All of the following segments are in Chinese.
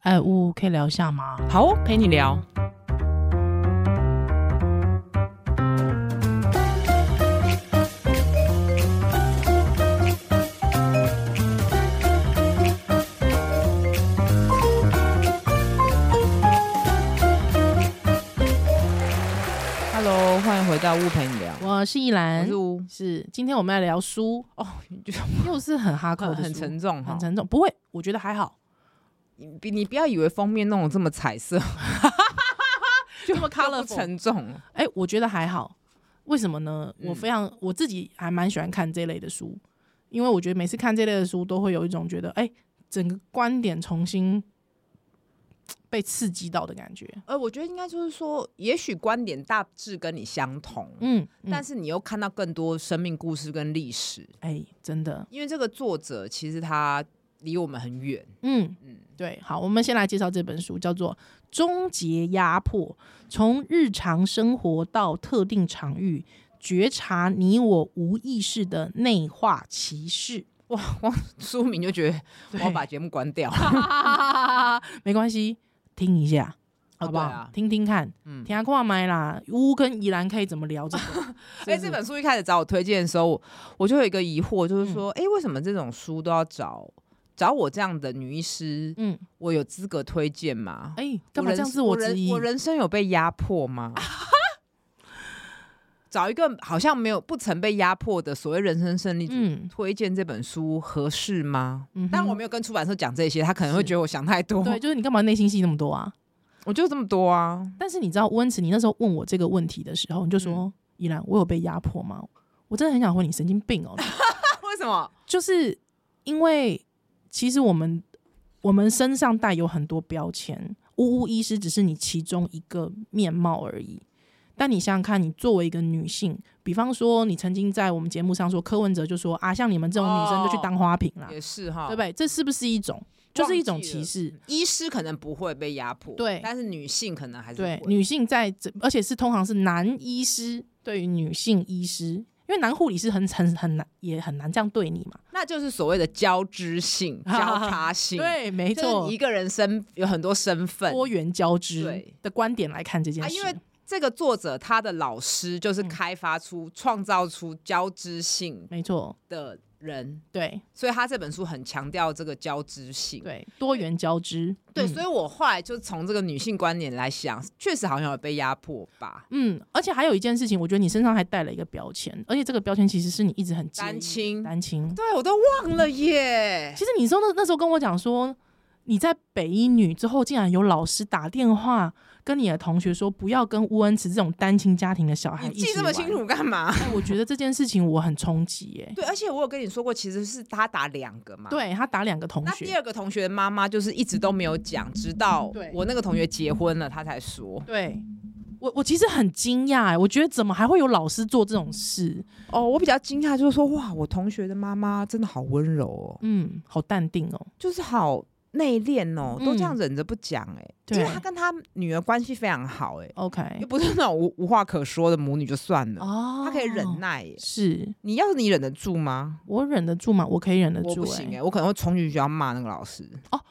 哎，呜，可以聊一下吗？好哦，陪你聊。Hello，欢迎回到屋陪你聊。我是依我兰是，屋，是今天我们要聊书哦，又是很哈扣的书很呃很沉重哈很。沉重，不会，我觉得还好，你你不要以为封面弄得这么彩色，就那么它不沉重。哎，我觉得还好，为什么呢？嗯我非常我自己还蛮喜欢看这类的书，因为我觉得每次看这类的书都会有一种觉得，哎，整个观点重新被刺激到的感觉。呃，我觉得应该就是说，也许观点大致跟你相同，嗯，嗯但是你又看到更多生命故事跟历史，哎，真的，因为这个作者其实他离我们很远，嗯嗯，对，好，我们先来介绍这本书，叫做《终结压迫》，从日常生活到特定场域，觉察你我无意识的内化歧视。书名就 觉得我要把节目关掉。哎 没关系，听一下，好不好？哦对啊听听看，嗯听下挂麦啦。乌跟宜兰可以怎么聊这个？ 所以哎这本书一开始找我推荐的时候，我我就有一个疑惑，嗯就是说，哎、为什么这种书都要找找我这样的女医师？嗯，我有资格推荐吗？哎、干嘛人这样自我质人疑？我人生有被压迫吗？ 找一个好像没有不曾被压迫的所谓人生胜利组、嗯推荐这本书合适吗？嗯哼，但我没有跟出版社讲这些，他可能是会觉得我想太多。对，就是你干嘛内心戏那么多啊？我就这么多啊。 但是你知道温慈，你那时候问我这个问题的时候，你就说：“依兰，我有被压迫吗？”我真的很想回你，神经病哦！ 为什么？就是因为其实我们我们身上带有很多标签，呜呜医师只是你其中一个面貌而已。但你想想看，你作为一个女性，比方说你曾经在我们节目上说柯文哲就说啊，像你们这种女生就去当花瓶啦，也是哈，对不对？这是不是一种记了就是一种歧视？医师可能不会被压迫，对但是女性可能还是对，会女性在这，而且是通常是男医师对于女性医师，因为男护理师很很很难也很难这样对你嘛。那就是所谓的交 织性、交叉性。，对，没就是错你一，个人身有很多身份。多元交织对的观点来看这件啊事，因为这个作者他的老师嗯就是开发出、创造出交织性没错，的人，对所以他这本书很强调这个交织性。对，多元交织，对，嗯所以我后来就从这个女性观点来想，确实好像有被压迫吧。嗯，而且还有一件事情，我觉得你身上还带了一个标签，而且这个标签其实是你一直很介意的单亲单亲。对，我都忘了耶。其实你说那那时候跟我讲说，你在北一女之后，竟然有老师打电话跟你的同学说，不要跟乌恩慈这种单亲家庭的小孩你一起记这么清玩。楚干嘛？ 哎，我觉得这件事情我很冲击耶。对，而且我有跟你说过，其实是他打两个嘛。。对他打两个同那第学，二个同学的妈妈就是一直都没有讲，直到对我那个同学结婚了，她才说。对我我其实很惊讶哎，我觉得怎么还会有老师做这种事？哦，我比较惊讶，就是说，哇，我同学的妈妈真的好温柔哦，嗯，好淡定哦。就是好内敛哦，嗯都这样忍着不讲哎、对因为她跟她女儿关系非常好哎、 OK，又不是那种无无话可说的母女就算了，哦她可以忍耐耶、是你要是你忍得住吗？我忍得住吗？我可以忍得我住、不欸，行哎、我可能会冲进去就要骂那个老师，哦，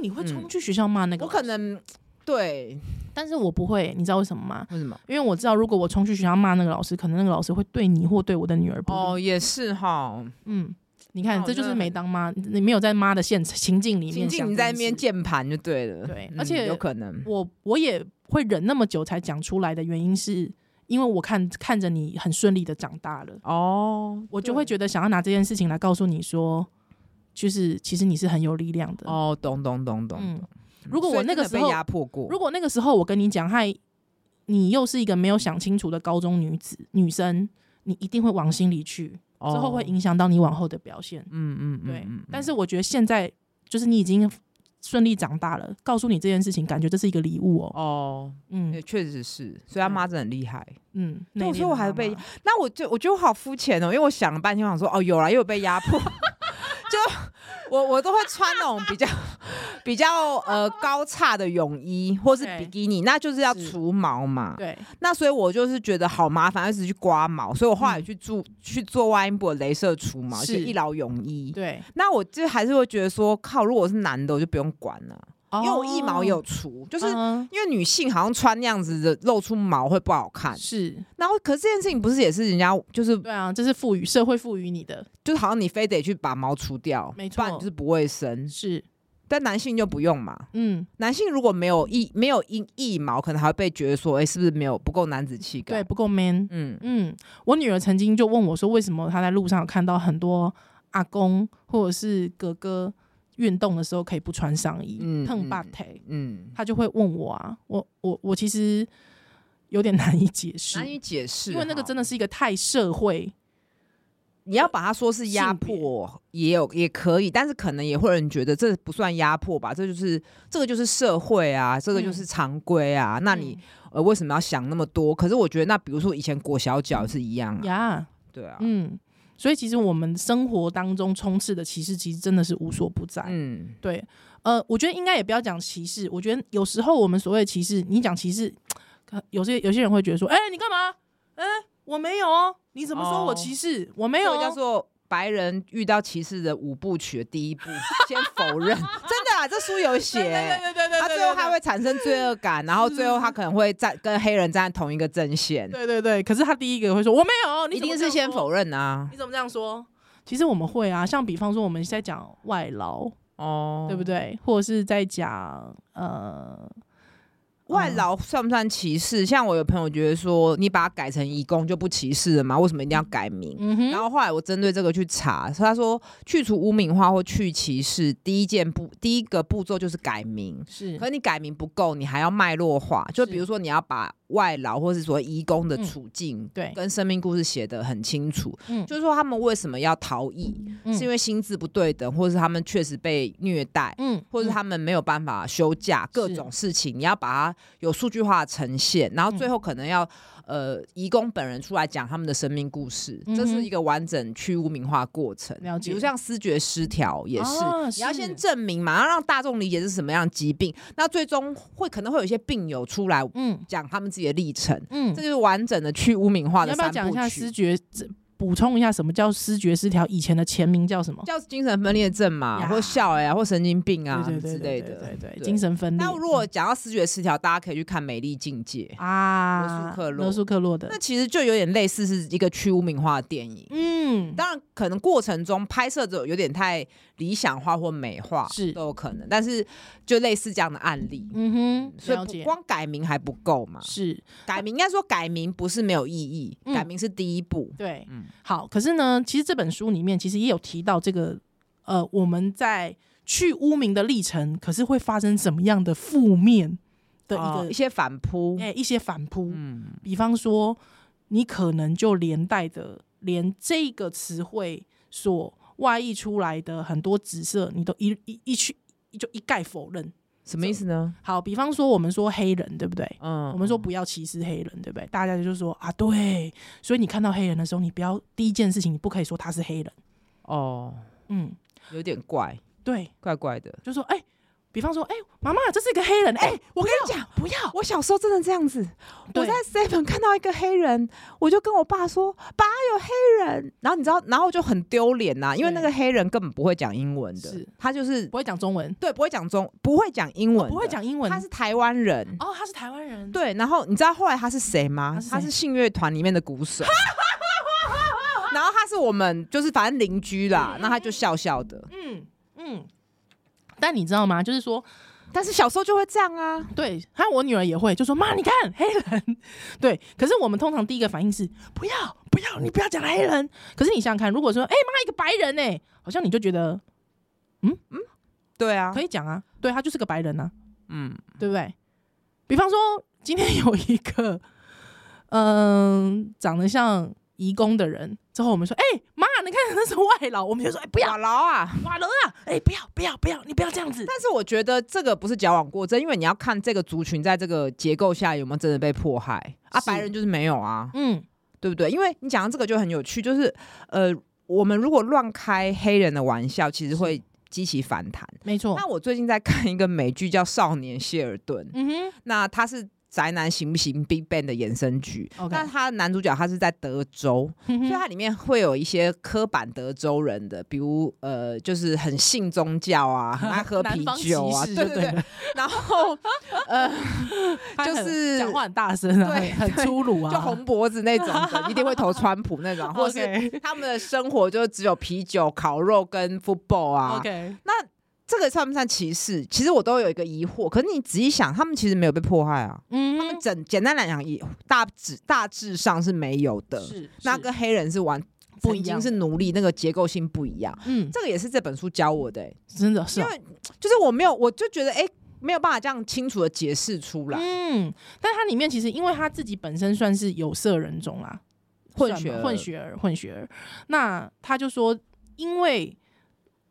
你会冲嗯去学校骂那个？我可，能对，但是我不会，你知道为什么吗？为什么？因为我知道，如果我冲去学校骂那个老师，可能那个老师会对你或对我的女儿不利。哦，也是哈，嗯，你看，哦这就是真的没很当妈，你没有在妈的现情境里仅面想这件事，仅你在那边键盘就对了，对嗯而且有可能，我我也会忍那么久才讲出来的原因是，因为我看看着你很顺利的长大了，哦，我就会觉得想要拿这件事情来告诉你说，就是其实你是很有力量的。哦，懂懂懂懂。嗯懂如果所我以那个真时的候被压迫过，如果那个时候我跟你讲，嗨，你又是一个没有想清楚的高中女子女生，你一定会往心里去，之后会哦，影响到你往后的表现。嗯嗯嗯，对，嗯但是我觉得现在就是你已经顺利长大了，告诉你这件事情，感觉这是一个礼物哦。哦，也嗯确实是，所以他妈真的很厉害。嗯，对内所以我敛的还妈妈被那我就我觉得我好肤浅哦，因为我想了半天，我想说哦，有啦，又有被压迫， 就我我都会穿那种比较比较呃高叉的泳衣或是对比基尼，那就是要是除毛嘛。对那所以我就是觉得好麻烦，一直去刮毛，所以我后来嗯去做、去做外阴部的镭射除毛，是就一劳永逸。对那我就还是会觉得说，靠，如果我是男的，我就不用管了、因因为我腋毛也有除，就是哦嗯因为女性好像穿那样子的露出毛会不好看。是，然后，可是这件事情不是也是人家就是对啊，这是赋予社会赋予你的，就是好像你非得去把毛除掉，没错不然你就是不卫生。是，但男性就不用嘛，嗯，男性如果没有腋没有腋腋毛，可能还会被觉得说，哎、是不是没有不够男子气概？对，，不够 man。嗯，嗯，我女儿曾经就问我说，为什么她在路上有看到很多阿公或者是哥哥运动的时候可以不穿上衣，嗯碰嗯把腿，嗯，她就会问我啊，我我我其实有点难以解释，难以解释，因为那个真的，的是一个太社会，你要把它说是压迫，也有也可以，但是可能也会有人觉得这不算压迫吧，这就是这个就是社会啊，这个嗯就是常规啊。那你、呃为什么要想那么多？可是我觉得，那比如说以前裹小脚也是一样嗯啊，呀，对啊，嗯，所以其实我们生活当中充斥的歧视，其实真的是无所不在。嗯对，呃，我觉得应该也不要讲歧视。我觉得有时候我们所谓的歧视，你讲歧视，可有些有些人会觉得说，哎、你干嘛？哎、我没有哦，你怎么说我哦歧视？我没这有个哦、叫做白人遇到歧视的五部曲的第一步，先否 认，真的啊，这书有写。欸对对对对对对，他、对最后他会。产生罪恶感，然后最后他可能会站跟黑人站在同一个阵线，对对对，可是他第一个会说我没有，哦你一怎么定这是样先说否认啊。你怎么这样说？其实我们会啊，像比方说我们在讲外劳，哦，对不？对？或者是在讲呃外嗯劳算不算歧视？像我有朋友觉得说，你把它改成义工就不歧视了嘛？为什么一定要改名？嗯哼，然后后来我针对这个去查，他说去除污名化或去歧视，第一件步第一个步骤就是改名。是可你改名不够，你还要脉络化，就是比如说你要把外劳或是所谓移工的嗯处境对，跟生命故事写得很清楚，嗯就是说他们为什么要逃逸，嗯是因为薪资不对等，或是他们确实被虐待，嗯，或嗯是他们没有办法休假，各种事情，你要把它有数据化的呈现，然嗯后最后可能要、呃，移工本人出来讲他们的生命故事，嗯哼这是一个完整去污名化的过程。了解比如像视觉失调也哦是。啊你要先是证明嘛，要让大众理解是什么样的疾病，那最终会可能会有一些病友出来嗯讲他们自己的历程，嗯这就是完整的去污名化你的要不要三讲一部下曲视。觉？这补充一下，什么叫视觉失调？以前的前名叫什么？叫精神分裂症嘛，呀或笑哎啊，或神经病啊对之对对类对的。对对对，对精神分裂。那如果讲到视觉失调，大家可以去看《美丽境界》嗯啊，罗素克洛罗素克洛的那，其实就有点类似是一个去污名化的电影。嗯，当然，可能过程中拍摄者有点太理想化或美化，是都有可能。但是就类似这样的案例，嗯哼，所了以不解。光改名还不够嘛。是改名应该说改名不是没有意义，嗯改名是第一步。对，嗯好。可是呢，其实这本书里面其实也有提到这个，呃，我们在去污名的历程，可是会发生什么样的负面的一个哦一些反扑，哎、一些反扑，嗯，比方说，你可能就连带的连这个词汇所外溢出来的很多紫色，你都一一一去就一概否认。什么意思呢？好，比方说我们说黑人，对不对？嗯，我们说不要歧视黑人，对不对？大家就说啊，对，所以你看到黑人的时候，你不要第一件事情，你不可以说他是黑人，哦，嗯，有点怪，对，怪怪的。就说哎、比方说哎，妈妈，这是一个黑人，哎、我跟你讲，不要，我小时候真的这样子，对我在 Seven 看到一个黑人，我就跟我爸说：“爸，有黑人。”然后你知道，然后我就很丢脸呐，因为那个黑人根本不会讲英文的是，他就是不会讲中文，对不会讲中，不会讲英文的，不会讲英文，他是台湾人。哦，他是台湾人，对，然后你知道后来他是谁吗他是？谁他是信乐团里面的 鼓手。然后他是我们就是反正邻居啦，那他就笑笑的。嗯，嗯，但你知道吗？就是说，但是小时候就会这样啊，对，还有我女儿也会，就说妈，你看黑人，对。可是我们通常第一个反应是不要，不要，你不要讲黑人。可是你想想看，如果说，哎、妈，一个白人哎、好像你就觉得对啊可，以讲啊，对他就是个白人啊，嗯，对不对？比方说，今天有一个，嗯、长得像移工的人，之后我们说，哎、妈，你看那是外劳，我们就说，哎、不要，姥姥啊，瓦伦啊，哎、不要，不要，不要，你不要这样子。但是我觉得这个不是矫枉过正，因为你要看这个族群在这个结构下有没有真的被迫害啊，是白人就是没有啊，嗯，对不对？因为你讲到这个就很有趣，就是呃，我们如果乱开黑人的玩笑，其实会激起反弹。没错那。我最近在看一个美剧叫《少年谢尔顿》，嗯哼，那它是宅男行不行 Big Bang 的衍生剧。 OK 嗯那他男主角他是在德州，哼所以哼它里面会有一些刻板德州人的，比如呃，就是很信宗教啊，很爱喝啤 南方骑酒啊，士对就对对对。然后呃，他很就是讲话很大声啊，对很很粗鲁啊，就红脖子那种的，一定会投川普那种，或者是 OK 他们的生活就只有啤酒、烤肉跟 football 啊。 OK，这个算不算歧视？其实我都有一个疑惑，可是你仔细想，他们其实没有被迫害啊。他们嗯，整简单来讲，也大致大致上是没有的。是那是跟黑人是完不已一样经是奴隶，那个结构性不一样。嗯，这个也是这本书教我的、欸，真的是因哦、为就是我没有，我就觉得哎、欸没有办法这样清楚的解释出来，嗯，但它里面其实因为他自己本身算是有色人种啦，混算血吧儿混血儿，混血儿。那他就说，因为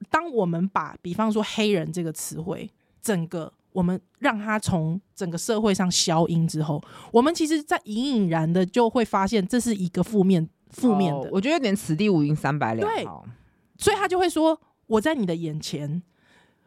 当我们把比方说黑人这个词汇，整个我们让它从整个社会上消音之后，我们其实在隐隐然的就会发现这是一个负面负面哦的，我觉得有点此地无银三百两。对好所以他就会说我在你的眼前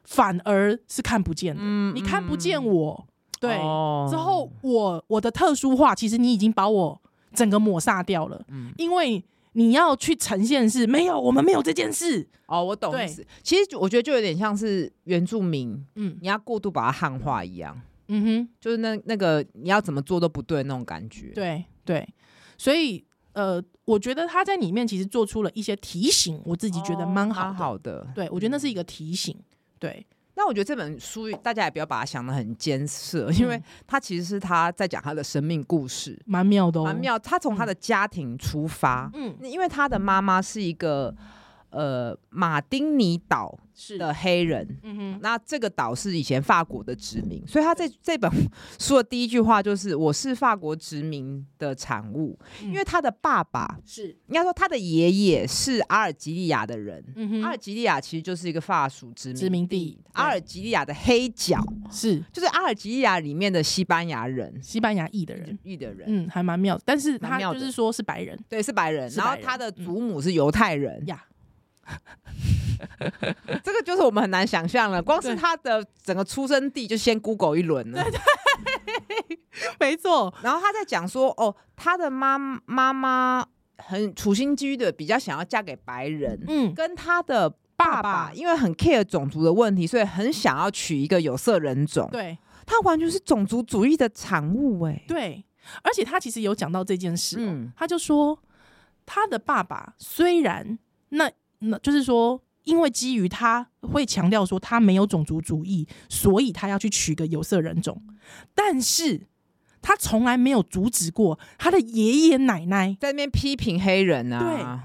反而是看不见的，嗯你看不见嗯我，对。哦之后我我的特殊化，其实你已经把我整个抹杀掉了，嗯因为你要去呈现是没有，我们没有这件事，哦，我懂对意思。其实我觉得就有点像是原住民，嗯你要过度把它汉化一样，嗯就是那那个你要怎么做都不对那种感觉。哼，，对对，所以呃，我觉得他在里面其实做出了一些提醒，我自己觉得蛮好的，哦好嗯的。对我觉得那是一个提醒，对，那我觉得这本书大家也不要把它想的很艰涩，因为嗯它其实是他在讲他的生命故事，蛮妙的、哦，蛮，妙。他从他的家庭出发，嗯，因为他的妈妈是一个呃马丁尼岛是的，黑人。嗯哼，那这个岛是以前法国的殖民，所以他在这本书的第一句话就是“我是法国殖民的产物”，嗯因为他的爸爸，是，应该说他的爷爷是阿尔及利亚的人，嗯阿尔哼，及利亚其实就是一个法属殖民殖民地对阿尔及利亚的黑脚是就是阿尔及利亚里面的西班牙人西班牙裔的人，裔的人，嗯，还蛮妙的，但是蛮他妙就的是说是白 人对，是白人。是然后白人他的嗯祖母是犹太人，呀， 这个就是我们很难想象了。光是对他的整个出生地就先 Google 一轮了。没错，然后他在讲说，哦，他的妈妈妈很处心积虑的比较想要嫁给白人，嗯，跟他的爸爸爸爸因为很 care 种族的问题，所以很想要娶一个有色人种。对。他完全是种族主义的产物、哎，对，而且他其实有讲到这件事、哦，嗯他就说他的爸爸虽然那那就是说，因为基于他会强调说他没有种族主义，所以他要去娶个有色人种，但是他从来没有阻止过他的爷爷奶奶，在那边批评黑人啊，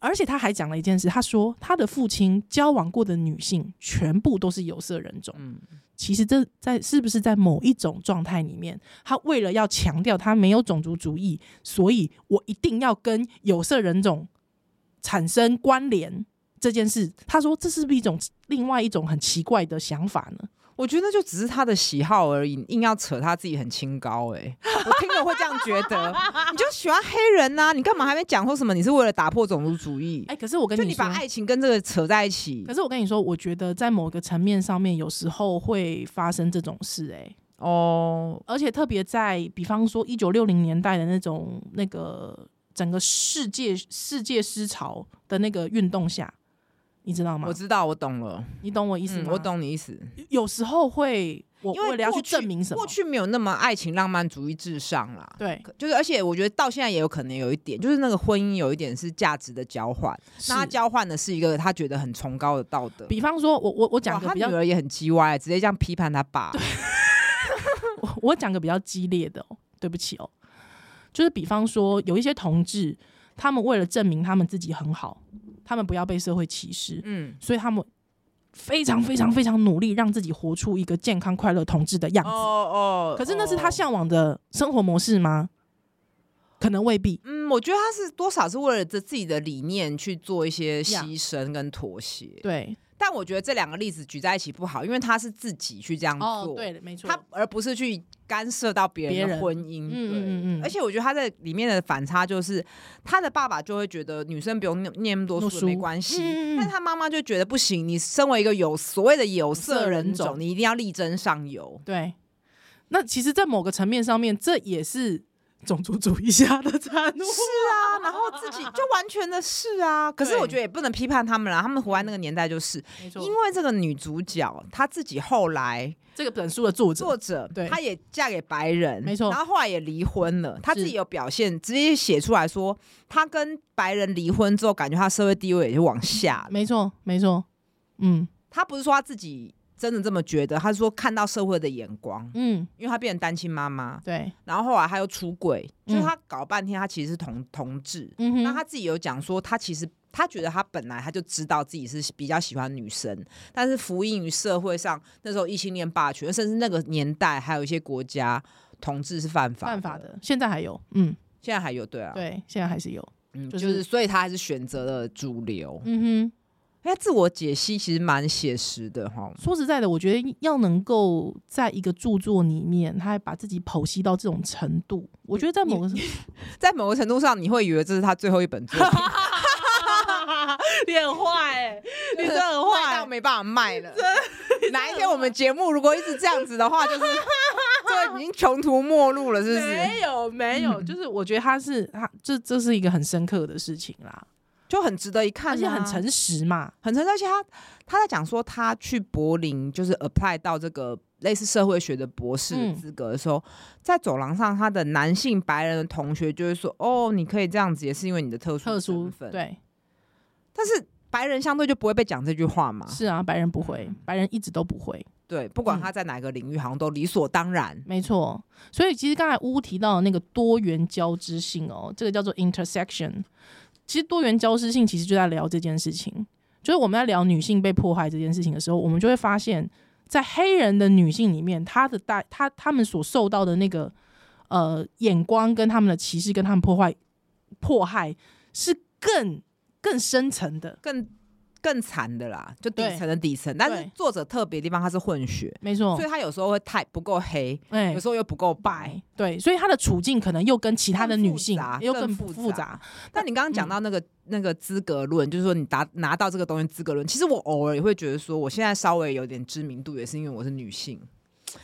而且他还讲了一件事，他说他的父亲交往过的女性全部都是有色人种。嗯，其实这在是不是在某一种状态里面，他为了要强调他没有种族主义，所以我一定要跟有色人种产生关联这件事。他说这是不是一种另外一种很奇怪的想法呢？我觉得就只是他的喜好而已，硬要扯他自己很清高、 哎，我听了会这样觉得，你就喜欢黑人呐、你干嘛还没讲说什么？你是为了打破种族主义？哎、可是我跟就你你说把。爱情跟这个扯在一起可是我跟你说，我觉得在某个层面上面，有时候会发生这种事、哎，哦，而且特别在比方说一九六零年代的那种那个整个世界世界思潮的那个运动下，你知道吗我？知道，我懂了，你懂我意思吗？嗯，我。懂你意思，有时候会，我因为为了要过去证明什么过，去没有那么爱情浪漫主义至上啦。对，可就是，而且我觉得到现在也有可能有一点，就是那个婚姻有一点是价值的交换，那他是交换的是一个他觉得很崇高的道德。比方说，我我我讲哇个他比女较，儿也很叽歪，直接这样批判他爸。 我我讲个比较激烈的、哦，对不起哦，就是比方说，有一些同志，他们为了证明他们自己很好，他们不要被社会歧视，嗯，所以他们非常非常非常努力，让自己活出一个健康快乐同志的样哦子。哦可是那是他哦向往的生活模式吗？可能未必。嗯，我觉得他是多少是为了这自己的理念去做一些呀牺牲跟妥协。对，但我觉得这两个例子举在一起不好，因为他是自己去这样做，哦，对，没错，他而不是去干涉到别别人的人婚姻。嗯嗯对嗯嗯而且我觉得他在里面的反差就是，他的爸爸就会觉得女生不用念念那么多多书没书关系，嗯嗯嗯但他妈妈就觉得不行，你身为一个有所谓的有有色色人人种，种你一定要力争上游。对，那其实，在某个层面上面，这也是种族主义下的产物。啊，然后自己就完全的是啊。可是我觉得也不能批判他们啦，他们活在那个年代就是，没错因为这个女主角她自己后来这个本书的作者作者对她也嫁给白人，没错然后后来也离婚了，她是自己有表现，直接写出来说，她跟白人离婚之后，感觉她社会地位也就往下了。没错，没错，嗯她不是说她自己真的这么觉得，她是说看到社会的眼光，嗯，因为她变成单亲妈妈，对，然后后来她又出轨，嗯就是她搞半天，她其实是同同志。嗯哼，那她自己有讲说，她其实她觉得她本来她就知道自己是比较喜欢女生，但是服膺于社会上那时候异性恋霸权，甚至那个年代还有一些国家同志是犯法犯法，的，现在还有，嗯，现在还有对啊，对，现在还是有，嗯，就就是是所以她还是选择了主流。嗯哎、自我解析其实蛮写实的哈。哼。说实在的，我觉得要能够在一个著作里面，他还把自己剖析到这种程度，我觉得在某个在某个程度上，你会以为这是他最后一本作 品，你很 坏哎，你真的很 卖到坏，没办法卖 了。哪一天我们节目如果一直这样子的话，就是 这个已经穷途末路了，是不是？没有没有，就是我觉得他是他这这是一个很深刻的事情啦，就很值得一看、啊，而且很诚实嘛，很诚实，而且他他在讲说他去柏林就是 apply 到这个类似社会学的博士嗯的资格的时候，在走廊上，他的男性白人的同学就会说：“哦，你可以这样子，也是因为你的特殊特殊身份。”，对，但是白人相对就不会被讲这句话嘛？是嗯啊，白人不嗯会，白人一直都不会。对，不管他在哪个领域，好像都理所当然。没错，所以其实刚才乌提到的那个多元交织性哦，这个叫做 intersection。其实多元交织性其实就在聊这件事情，就是我们在聊女性被迫害这件事情的时候，我们就会发现，在黑人的女性里面，她的大她她们所受到的那个呃眼光跟她们的歧视跟她们破坏迫害是更更深层的，更更惨的啦，就底对层的底层。但是对哦作者特别的地方，他是混血，没错所，以他有时候会太不够黑，哎有时候又不够白。白对，所以她的处境可能又跟其他的女性嗯更复杂又更更复复杂杂，但你刚刚嗯讲到那个、那个资格论，就是说你拿拿到这个东西资格论，其实我偶尔也会觉得说，我现在稍微有点知名度，也是因为我是女性，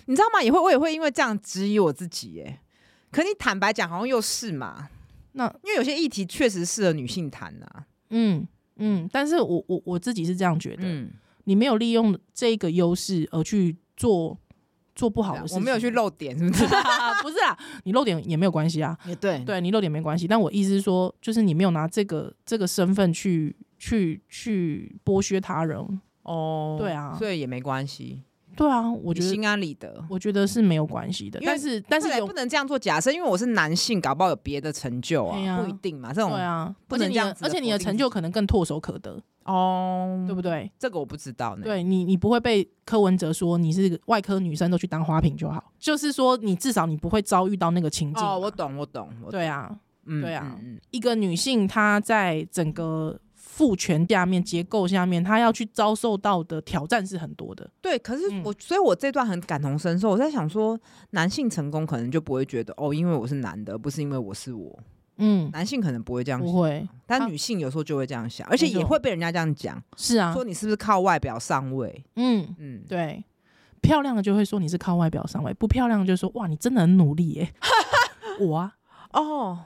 你知道吗？也会我也会因为这样质疑我自己耶。可你坦白讲，好像又是嘛，那因为有些议题确实适合女性谈呐、啊。嗯嗯，但是我我我自己是这样觉得，嗯，你没有利用这个优势而去做做不好的事情，啊我没有去漏点，是不是？ 不是啊，你漏点也没有关系啊，也 对，对你漏点没关系，但我意思是说，就是你没有拿这个这个身份去去去剥削他人，哦，对啊所以也没关系，对啊，我觉你得心安理得。我觉得是没有关系的，因为但是但是对有不能这样做假设，因为我是男性，搞不好有别的成就对啊啊，不一定嘛。这对种啊，不而且能你这样的子而地且你的否定成自就可能更唾手可得，哦，对不对？这个我不知道呢。对你，你不会被柯文哲说你是外科女生都去当花瓶就好，就是说你至少你不会遭遇到那个情境嘛。啊哦，我懂，我懂，我懂，对啊，嗯对啊嗯嗯一个女性她在整个父权下面、结构下面，她要去遭受到的挑战是很多的。对。可是嗯我，所以我这段很感同身受。我在想说，男性成功可能就不会觉得哦，因为我是男的，不是因为我是我。嗯，男性可能不会这样不想，会，他但女性有时候就会这样想，而且没也错会被人家这样讲，是啊说，你是不是靠外表上位？嗯，嗯，对，漂亮的就会说你是靠外表上位，不漂亮的就说哇，你真的很努力耶、 我啊，哦，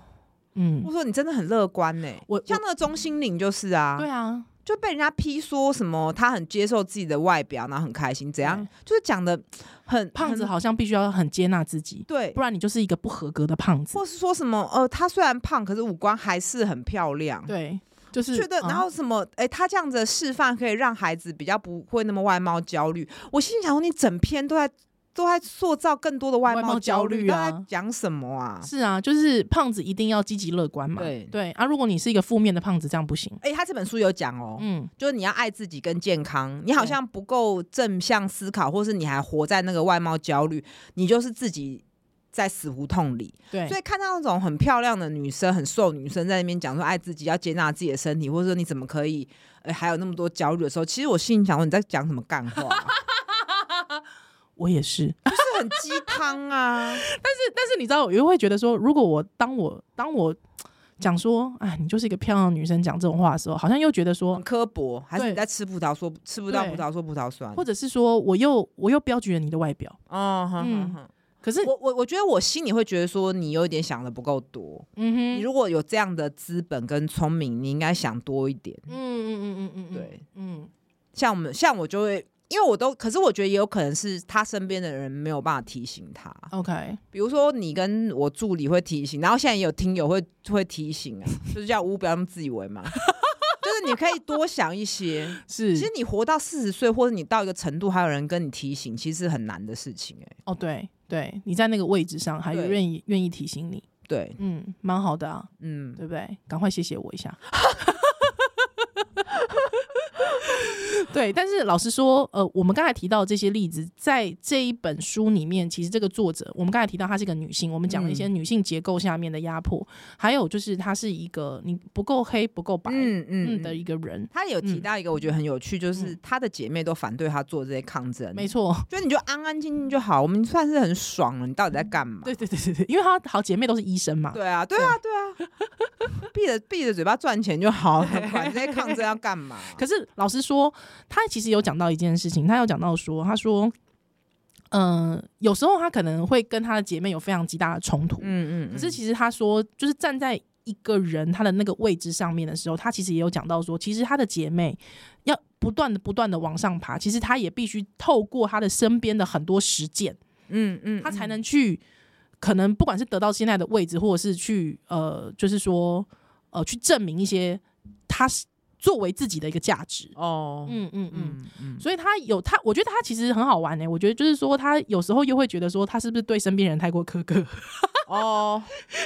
嗯我，说你真的很乐观呢。我像那个钟心凌就是啊，对啊，就被人家批说什么他很接受自己的外表，然后很开心，怎样？就是讲的很胖子很好像必须要很接纳自己，对不，然你就是一个不合格的胖子。或是说什么呃，她虽然胖，可是五官还是很漂亮。对，就是觉得，啊然后什么？哎、她这样子的示范可以让孩子比较不会那么外貌焦虑。我心里想说，你整篇都在都在塑造更多的外外貌貌焦焦虑虑，啊都在讲什么啊？是啊，就是胖子一定要积极乐观嘛。对对啊，如果你是一个负面的胖子，这样不行。哎、她这本书有讲哦，嗯，就是你要爱自己跟健康，你好对像不够正向思考，或是你还活在那个外貌焦虑，你就是自己在死胡同里。对所，以看到那种很漂亮的女生、很瘦女生在那边讲说爱自己、要接纳自己的身体，或者说你怎么可以呃还有那么多焦虑的时候，其实我心里想说你在讲什么干话、啊我也是。 就是很鸡汤啊。但是你知道，我又会觉得说，如果我当我当我讲说，哎，你就是一个漂亮的女生，讲这种话的时候，好像又觉得说很，刻薄，还是对你在吃葡萄说吃不到对葡萄说葡萄酸或？者是说，我又我又标举了你的外表。哦，哼嗯哼哼可是，我我我觉得我心里会觉得说你有一点想的不够多，嗯哼，你如果有这样的资本跟聪明，你应该想多一点。嗯嗯嗯嗯嗯，嗯对，嗯像我们像我就会，因为我都，可是我觉得也有可能是他身边的人没有办法提醒他， ，OK，比如说你跟我助理会提醒，然后现在也有听友会会提醒啊， 就是叫乌不要那么自以为嘛， 就是你可以多想一些。是其实你活到四十岁，或者你到一个程度，还有人跟你提醒，其实是很难的事情、欸。哎，哦，对对，你在那个位置上，还有对愿意愿意提醒你，对，嗯，蛮好的啊，嗯，对不对？赶快谢谢我一下。 对，但是老实说，呃，我们刚才提到这些例子，在这一本书里面，其实这个作者，我们刚才提到她是一个女性，我们讲了一嗯些女性结构下面的压迫，还有就是她是一个你不够黑不够白嗯嗯嗯的嗯。一个人，他有提嗯到一个我觉得很有趣，就是嗯他的姐妹都反对他做这些抗争，没错， 就你就安安静静就好，我们算是很爽了。你到底在干嘛？对对对对对，因为她好姐妹都是医生嘛，对啊，对啊，对啊，闭着闭着嘴巴赚钱就好 了，管这些抗争要干嘛？可是老实说，他其实有讲到一件事情，他有讲到说，他说，嗯，有时候他可能会跟他的姐妹有非常极大的冲突，嗯嗯，可是其实他说，就是站在一个人他的那个位置上面的时候，他其实也有讲到说，其实他的姐妹要不断的不断的往上爬，其实他也必须透过他的身边的很多实践，嗯嗯，他才能去，可能不管是得到现在的位置，或者是去呃，就是说呃，去证明一些他是作为自己的一个价值。哦，嗯嗯嗯。嗯所以他有他，我觉得他其实很好玩呢、欸我觉得就是说，他有时候又会觉得说，他是不是对身边人太过苛刻？ 哦，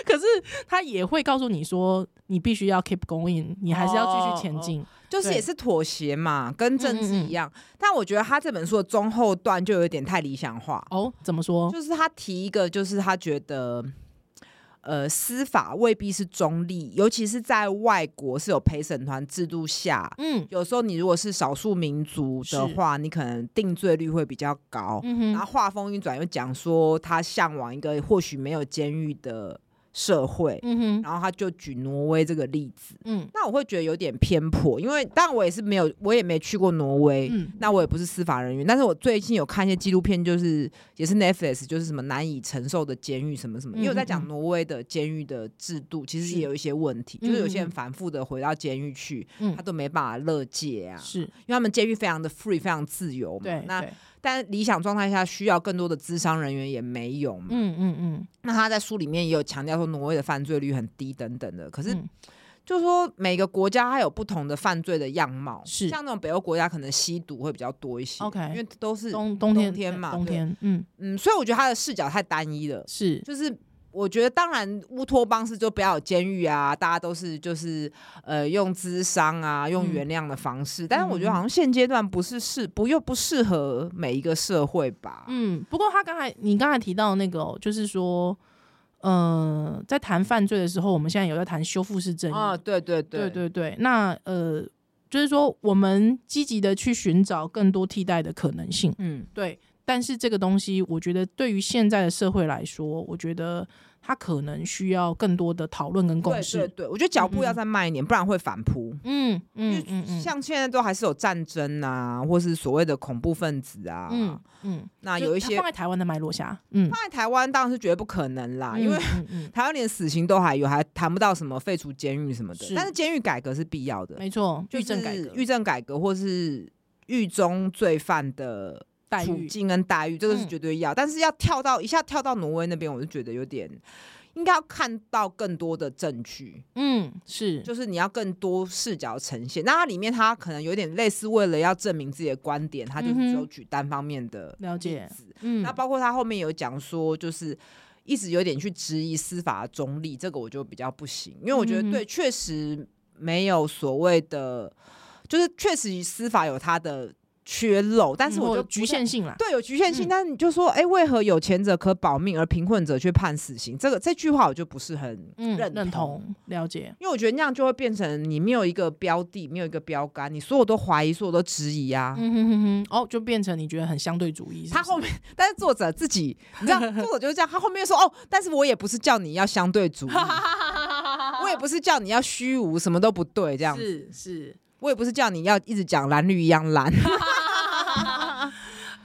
可是他也会告诉你说，你必须要 keep going，你还是要继续前进。 就是对也是妥协嘛，跟政治嗯嗯嗯一样。但我觉得他这本书的中后段就有点太理想化，哦怎么说？就是他提一个，就是他觉得。呃，司法未必是中立，尤其是在外国是有陪审团制度下，嗯有时候你如果是少数民族的是话，你可能定罪率会比较高。嗯然后哼，话锋一转，又讲说他向往一个或许没有监狱的社会，嗯哼，然后他就举挪威这个例子。嗯那我会觉得有点偏颇，因为当然我也是没有，我也没去过挪威。嗯，那我也不是司法人员，但是我最近有看一些纪录片，就是也是 Netflix，就是什么难以承受的监狱什么什么，因为我在嗯嗯讲嗯挪威的监狱的制度，其实是也有一些问题，嗯就是有些嗯嗯人反复的回到监狱去，嗯他都没办法乐界啊，是因为他们监狱非常的 free，非常自由嘛。对，那对但理想状态下需要更多的资商人员也没有嘛。嗯嗯嗯，那他在书里面也有强调说，挪威的犯罪率很低等等的，可是嗯就是说每个国家它有不同的犯罪的样貌，是像那种北欧国家可能吸毒会比较多一些 OK 因为都是冬冬天冬天嘛冬对天，嗯嗯，所以我觉得他的视角太单一了，是就是。我觉得，当然，乌托邦是就不要有监狱啊，大家都是就是呃用智商啊，用嗯原谅的方式。但是我嗯觉得，嗯好像现阶段不是适不又不适合每一个社会吧。嗯。不过他刚才你刚才提到那个哦、就是说，呃，在谈犯罪的时候，我们现在有在谈修复式正义，啊，对对对对对对。那呃，就是说我们积极的去寻找更多替代的可能性。嗯对，但是这个东西，我觉得对于现在的社会来说，我觉得它可能需要更多的讨论跟共对识。对对，我觉得脚步嗯要嗯再慢一点，不然会反扑。嗯因嗯嗯为嗯，像现在都还是有战争啊，或是所谓的恐怖分子啊，嗯嗯，那就啊有一它些放在台湾的脉络下，嗯，放在台湾当然是绝对不可能啦，啊因为嗯 嗯台湾连死刑都还有，还谈不到什么废除监狱什么的是。但是监狱改革是必要嗯，的，没错，就狱政是改革狱政改革或是狱中罪犯的待处遇，境跟待遇，这个是嗯绝对要。但是要跳到一下跳到挪威那边，我就觉得有点。应该要看到更多的证据，嗯是，就是你要更多视角呈现。那它里面它可能有点类似，为了要证明自己的观点，它就是嗯哼只有举单方面的了例解，子。嗯那包括他后面有讲说，就是一直有点去质疑司法的中立，这个我就比较不行，因为我觉嗯哼得哼对，确实没有所谓的，就是确实司法有它的缺漏，但是嗯我或觉者得局限。性啦，对，有局限性，嗯但你就说，哎，为何有钱者可保命，而贫困者却判死刑？这个这句话我就不是很嗯，认认同同，了解，因为我觉得那样就会变成你没有一个标的，没有一个标杆，你所有都怀疑，所有都质疑啊。嗯哼哼哼，哦，就变成你觉得很相对主义，是不他是后面，但是作者自己，你 知道，作者就是这样。他后面又说哦，但是我也不是叫你要相对主 义，我也不是叫你要虚无，什么都不对 这样。是是，我也不是叫你要一直讲蓝绿一样蓝。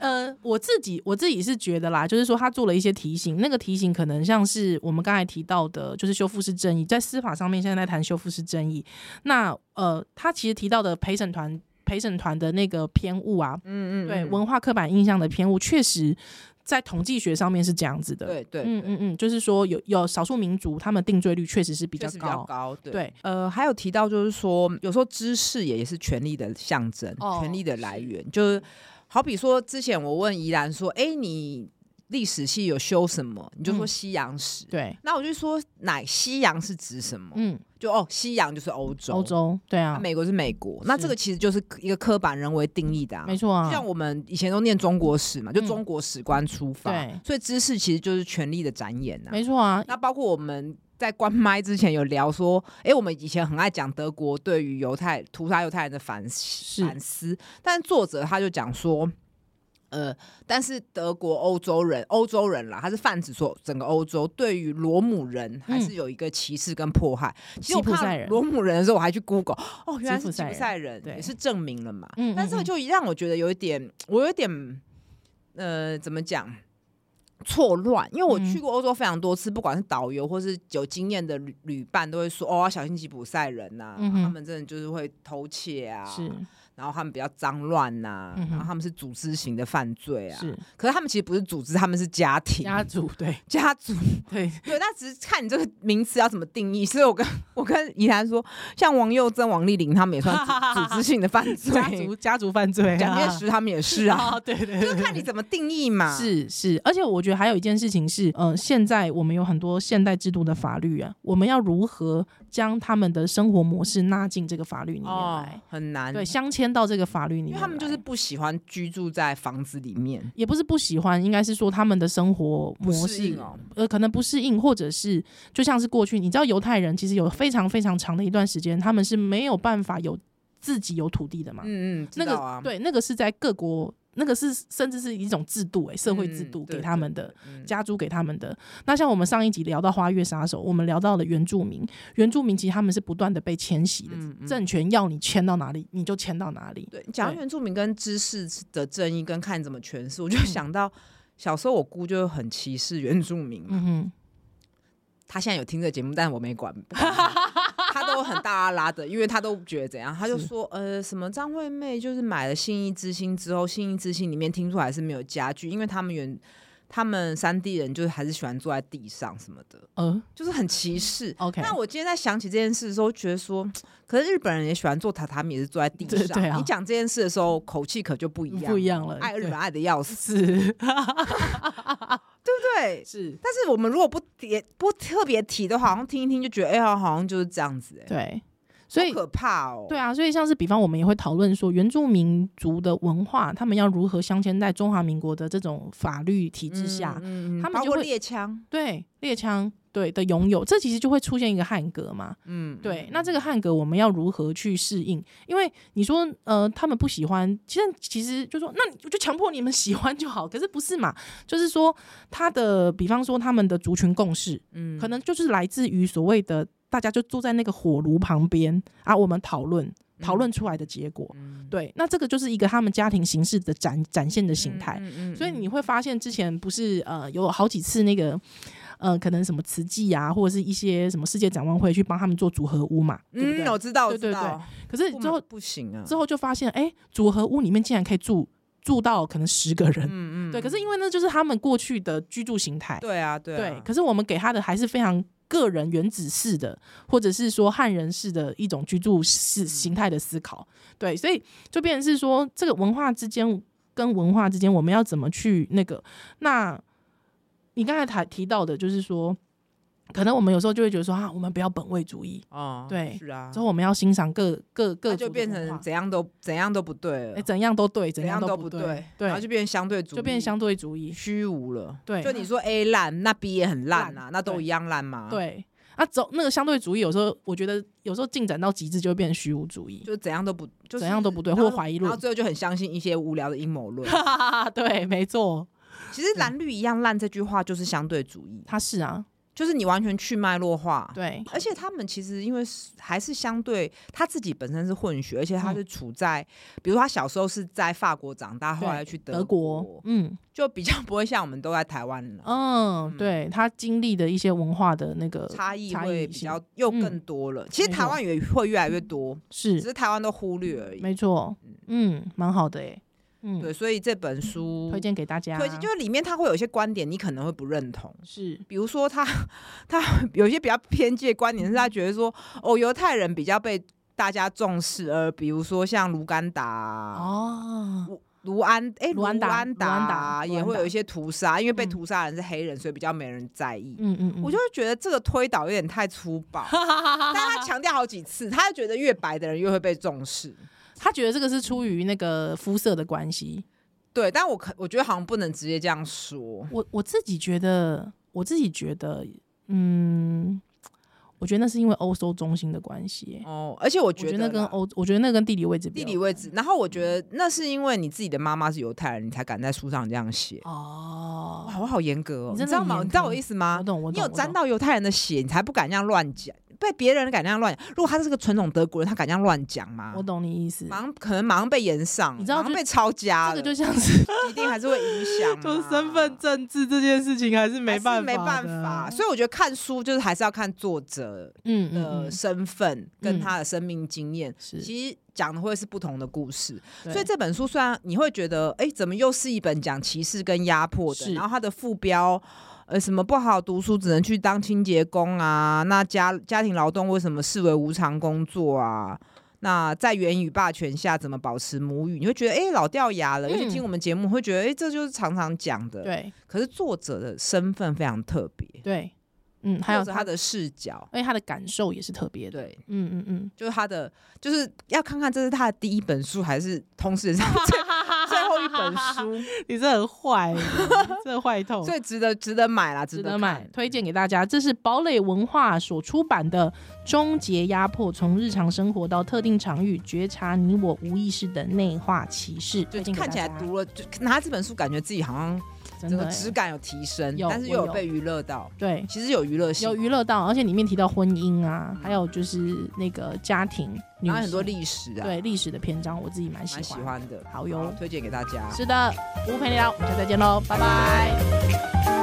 呃，我自己我自己是觉得啦，就是说他做了一些提醒，那个提醒可能像是我们刚才提到的，就是修复式正义，在司法上面现在在谈修复式正义。那呃，他其实提到的陪审团陪审团的那个偏误啊， 嗯对文化刻板印象的偏误，确实在统计学上面是这样子的。对对，嗯嗯嗯，就是说有有少数民族他们定罪率确实是比比较比较高。高，对。对，呃，还有提到就是说，有时候知识也也是权力的象征，哦权力的来源，就是好比说，之前我问怡然说，哎、你历史系有修什么？你就说嗯西洋史。对，那我就说，乃西洋是指什么？嗯，就哦，西洋就是欧洲，欧洲，对啊啊，美国是美国。那是这个其实就是一个刻板人为定义的、啊，没错啊就，像我们以前都念中国史嘛，就嗯中国史观出发，对所以知识其实就是权力的展演啊。没错啊，那包括我们在关麦之前有聊说，诶，我们以前很爱讲德国对于犹太屠杀犹太人的反思是反思，但作者他就讲说。呃，但是德国欧洲人，欧洲人啦，他是泛指说整个欧洲对于罗姆人嗯还是有一个歧视跟迫害。其实我吉普赛看到人罗姆人的时候，我还去 Google，哦，原来是吉吉普普赛赛人，对也是证明了嘛。嗯但这个嗯嗯就让我觉得有一点，我有一点，呃，怎么讲？错乱，因为我嗯去过欧洲非常多次，不管是导游或是有经验的旅旅伴，都会说哦，要小心吉普赛人呐、嗯哼他们真的就是会偷窃啊，是然后他们比较脏乱呐、嗯哼然后他们是组织型的犯罪啊，是可是他们其实不是组织，他们是家庭家族，对家族，对，对，那只是看你这个名词要怎么定义。所以我跟我跟怡涵说，像王佑珍、王丽玲他们也算 组组织性的犯罪， 家族家族犯罪、啊，蒋介石他们也 是啊，啊，对对就是 对。看你怎么定义嘛，是是，而且我觉得还有一件事情是，呃，现在我们有很多现代制度的法律啊，我们要如何将他们的生活模式纳进这个法律里面哦来？，很难，对，镶嵌到这个法律里面因来，为他们就是不喜欢居住在房子里面，也不是不喜欢，应该是说他们的生活不模适式应，哦。呃，可能不适应，或者是就像是过去，你知道犹太人其实有非常非常长的一段时间，他们是没有办法有自己有土地的嘛，嗯嗯，那知个、道啊，对，那个是在各国，那个是甚至是一种制度、欸，社会制嗯度对给他们对的。嗯家租给他们的。那像我们上一集聊到《花月杀手》，我们聊到了原住民，原住民其实他们是不断的被迁徙的，嗯嗯政权要你迁到哪里，你就迁到哪里。对，讲到对原住民跟知识的正义跟看你怎么诠释，我就想到小时候我姑就很歧视原住民嘛，嗯哼，她现在有听这节目，但我没管，不管她她都很大拉拉的，因为她都觉得怎样，她就是说呃什么张惠妹就是买了信义之星之后，信义之星里面听出来是没有家具，因为他们原他们山地人就是还是喜欢坐在地上什么的，呃就是很歧视。 ，OK，那我今天在想起这件事的时候，觉得说，可是日本人也喜欢坐榻榻米，也是坐在地上。对对啊你讲这件事的时候，口气可就不一样，不一样了 爱日对本爱的要死，是 对不对？是，但是我们如果不也不特别提的话，好像听一听就觉得，哎、呀，好像就是这样子、哎，对，所以好。可怕哦。对啊，所以像是比方，我们也会讨论说，原住民族的文化，他们要如何镶嵌在中华民国的这种法律体嗯，制下，嗯嗯他们包就括会猎枪，对猎枪对的拥有，这其实就会出现一个汉格嘛。嗯，对，那这个汉格我们要如何去适应？因为你说，呃，他们不喜欢，其实其实就说，那你我就强迫你们喜欢就好。可是不是嘛？就是说，他的比方说他们的族群共识，嗯可能就是来自于所谓的大家就坐在那个火炉旁边啊，我们讨论讨论出来的结果。嗯对，那这个就是一个他们家庭形式的展展现的形态。嗯嗯嗯所以你会发现，之前不是呃有好几次那个呃，可能什么慈济啊，或者是一些什么世界展望会去帮他们做组合屋嘛，对不对？嗯，我知道，我对知对对道，可是不之后不行啊，之后就发现，哎、组合屋里面竟然可以住住到可能十个人，嗯嗯，对。可是因为那就是他们过去的居住形态，对啊，对啊，对。可是我们给他的还是非常。个人原子式的，或者是说汉人式的一种居住式嗯形态的思考，对，所以就变成是说，这个文化之间跟文化之间，我们要怎么去那个？那你刚才提提到的，就是说，可能我们有时候就会觉得说啊，我们不要本位主义，哦，对是啊，之后我们要欣赏各各各那族就的变文化成怎样都怎样都不对了，哎、怎样都对，怎怎样都不对，对然后就变成相对主义，就变相对主义。虚无了。对就你说 A 烂，那 B 也很烂啊，那都对一样烂嘛。，对，啊，走那个相对主义，有时候我觉得有时候进展到极致就会变成虚无主义，就怎样都不，就是怎样都不对，然后或怀疑然论后。最后就很相信一些无聊的阴谋 论。 对，没错，其实蓝绿一样烂这句话就是相对主义，他是啊，就是你完全去脉络化。对，而且他们其实因为是还是相对他自己本身是混血，而且嗯他是处在，比如说他小时候是在法国长大，后来去德国，国，嗯就比较不会像我们都在台湾了，嗯，嗯对他经历的一些文化的那个差异差会异比性嗯较又更多了。其实没台错嗯湾也会越来越多，只是，是台湾都忽略而已。没错，嗯，蛮好的诶，嗯，对，所以这本书推荐给大家，推荐就是里面它会有一些观点，你可能会不认同。是比如说他他有一些比较偏激的观点，是他觉得说哦，犹太人比较被大家重视，而比如说像卢甘达啊、哦，卢安哎卢卢安达安达卢安达啊也会有一些屠杀，因为被嗯屠杀的人是黑人，所以比较没人在意。嗯嗯，嗯我就会觉得这个推导有点太粗 暴，但他强调好几次，他就觉得越白的人越会被重视。他觉得这个是出于那个肤色的关系，对，但我可我觉得好像不能直接这样说。我我自己觉得，我自己觉得，嗯，我觉得那是因为欧洲中心的关系耶，哦，而且我嗯我觉得觉得那跟啦欧，我觉得那跟地理位置比地较理位置。然后我觉得那是因为你自己的妈妈是犹太人，你才敢在书上这样写。哦，哇，我好严格你哦，你真的知道很吗？严你知道格我意思我吗？懂，我懂，你有我沾懂，到犹太人的血，你才不敢这样乱讲。被别人敢这样乱讲，如果他是个纯种德国人，他敢这样乱讲吗我？懂你意思。马上可能马上被延上，你知道马上就被抄家这了，个就像是一定还是会影 响嘛，就是身份政治这件事情，还是没嗯啊还办是法，没办法。。所以我觉得看书就是还是要看作者嗯嗯，的嗯身份跟嗯他的生命经验，是，其实讲的会是不同的故事。所对以这本书虽然你会觉得，哎、怎么又是一本讲歧视跟压迫是的？然后它的副标，呃，什么不好读书只能去当清洁工啊？那家家庭劳动为什么视为无偿工作啊？那在言语霸权下怎么保持母语？你会觉得，哎、老掉牙了。尤其嗯听我们节目，会觉得，哎、这就是常常讲的。。对可是作者的身份非常特别，对，嗯，还有作者他他，的视角，而且他的感受也是特别的。对。嗯嗯嗯，就是他的，就是要看看这是他的第一本书，还是同时也是他 最最后一 本书。你这很坏， 这坏透所以值得值得买啦，值得得买看，。嗯推荐给大家。这是堡垒文化所出版的《终结压迫：从日常生活到特定场域，觉察你我无意识的内化歧视》，推就荐给看起来大家读了，就拿这本书，感觉自己好像真整的个欸质感有提升，有但是又我有有被娱乐到，对。其实有娱乐性，啊有娱乐到，而且里面提到婚姻啊，嗯还有就是那个家庭，女然后很多性历史啊，对历史的篇章，我自己蛮喜蛮欢。喜欢的，好哟推荐给大家。是的，服务陪你聊，我们下次再见喽，拜拜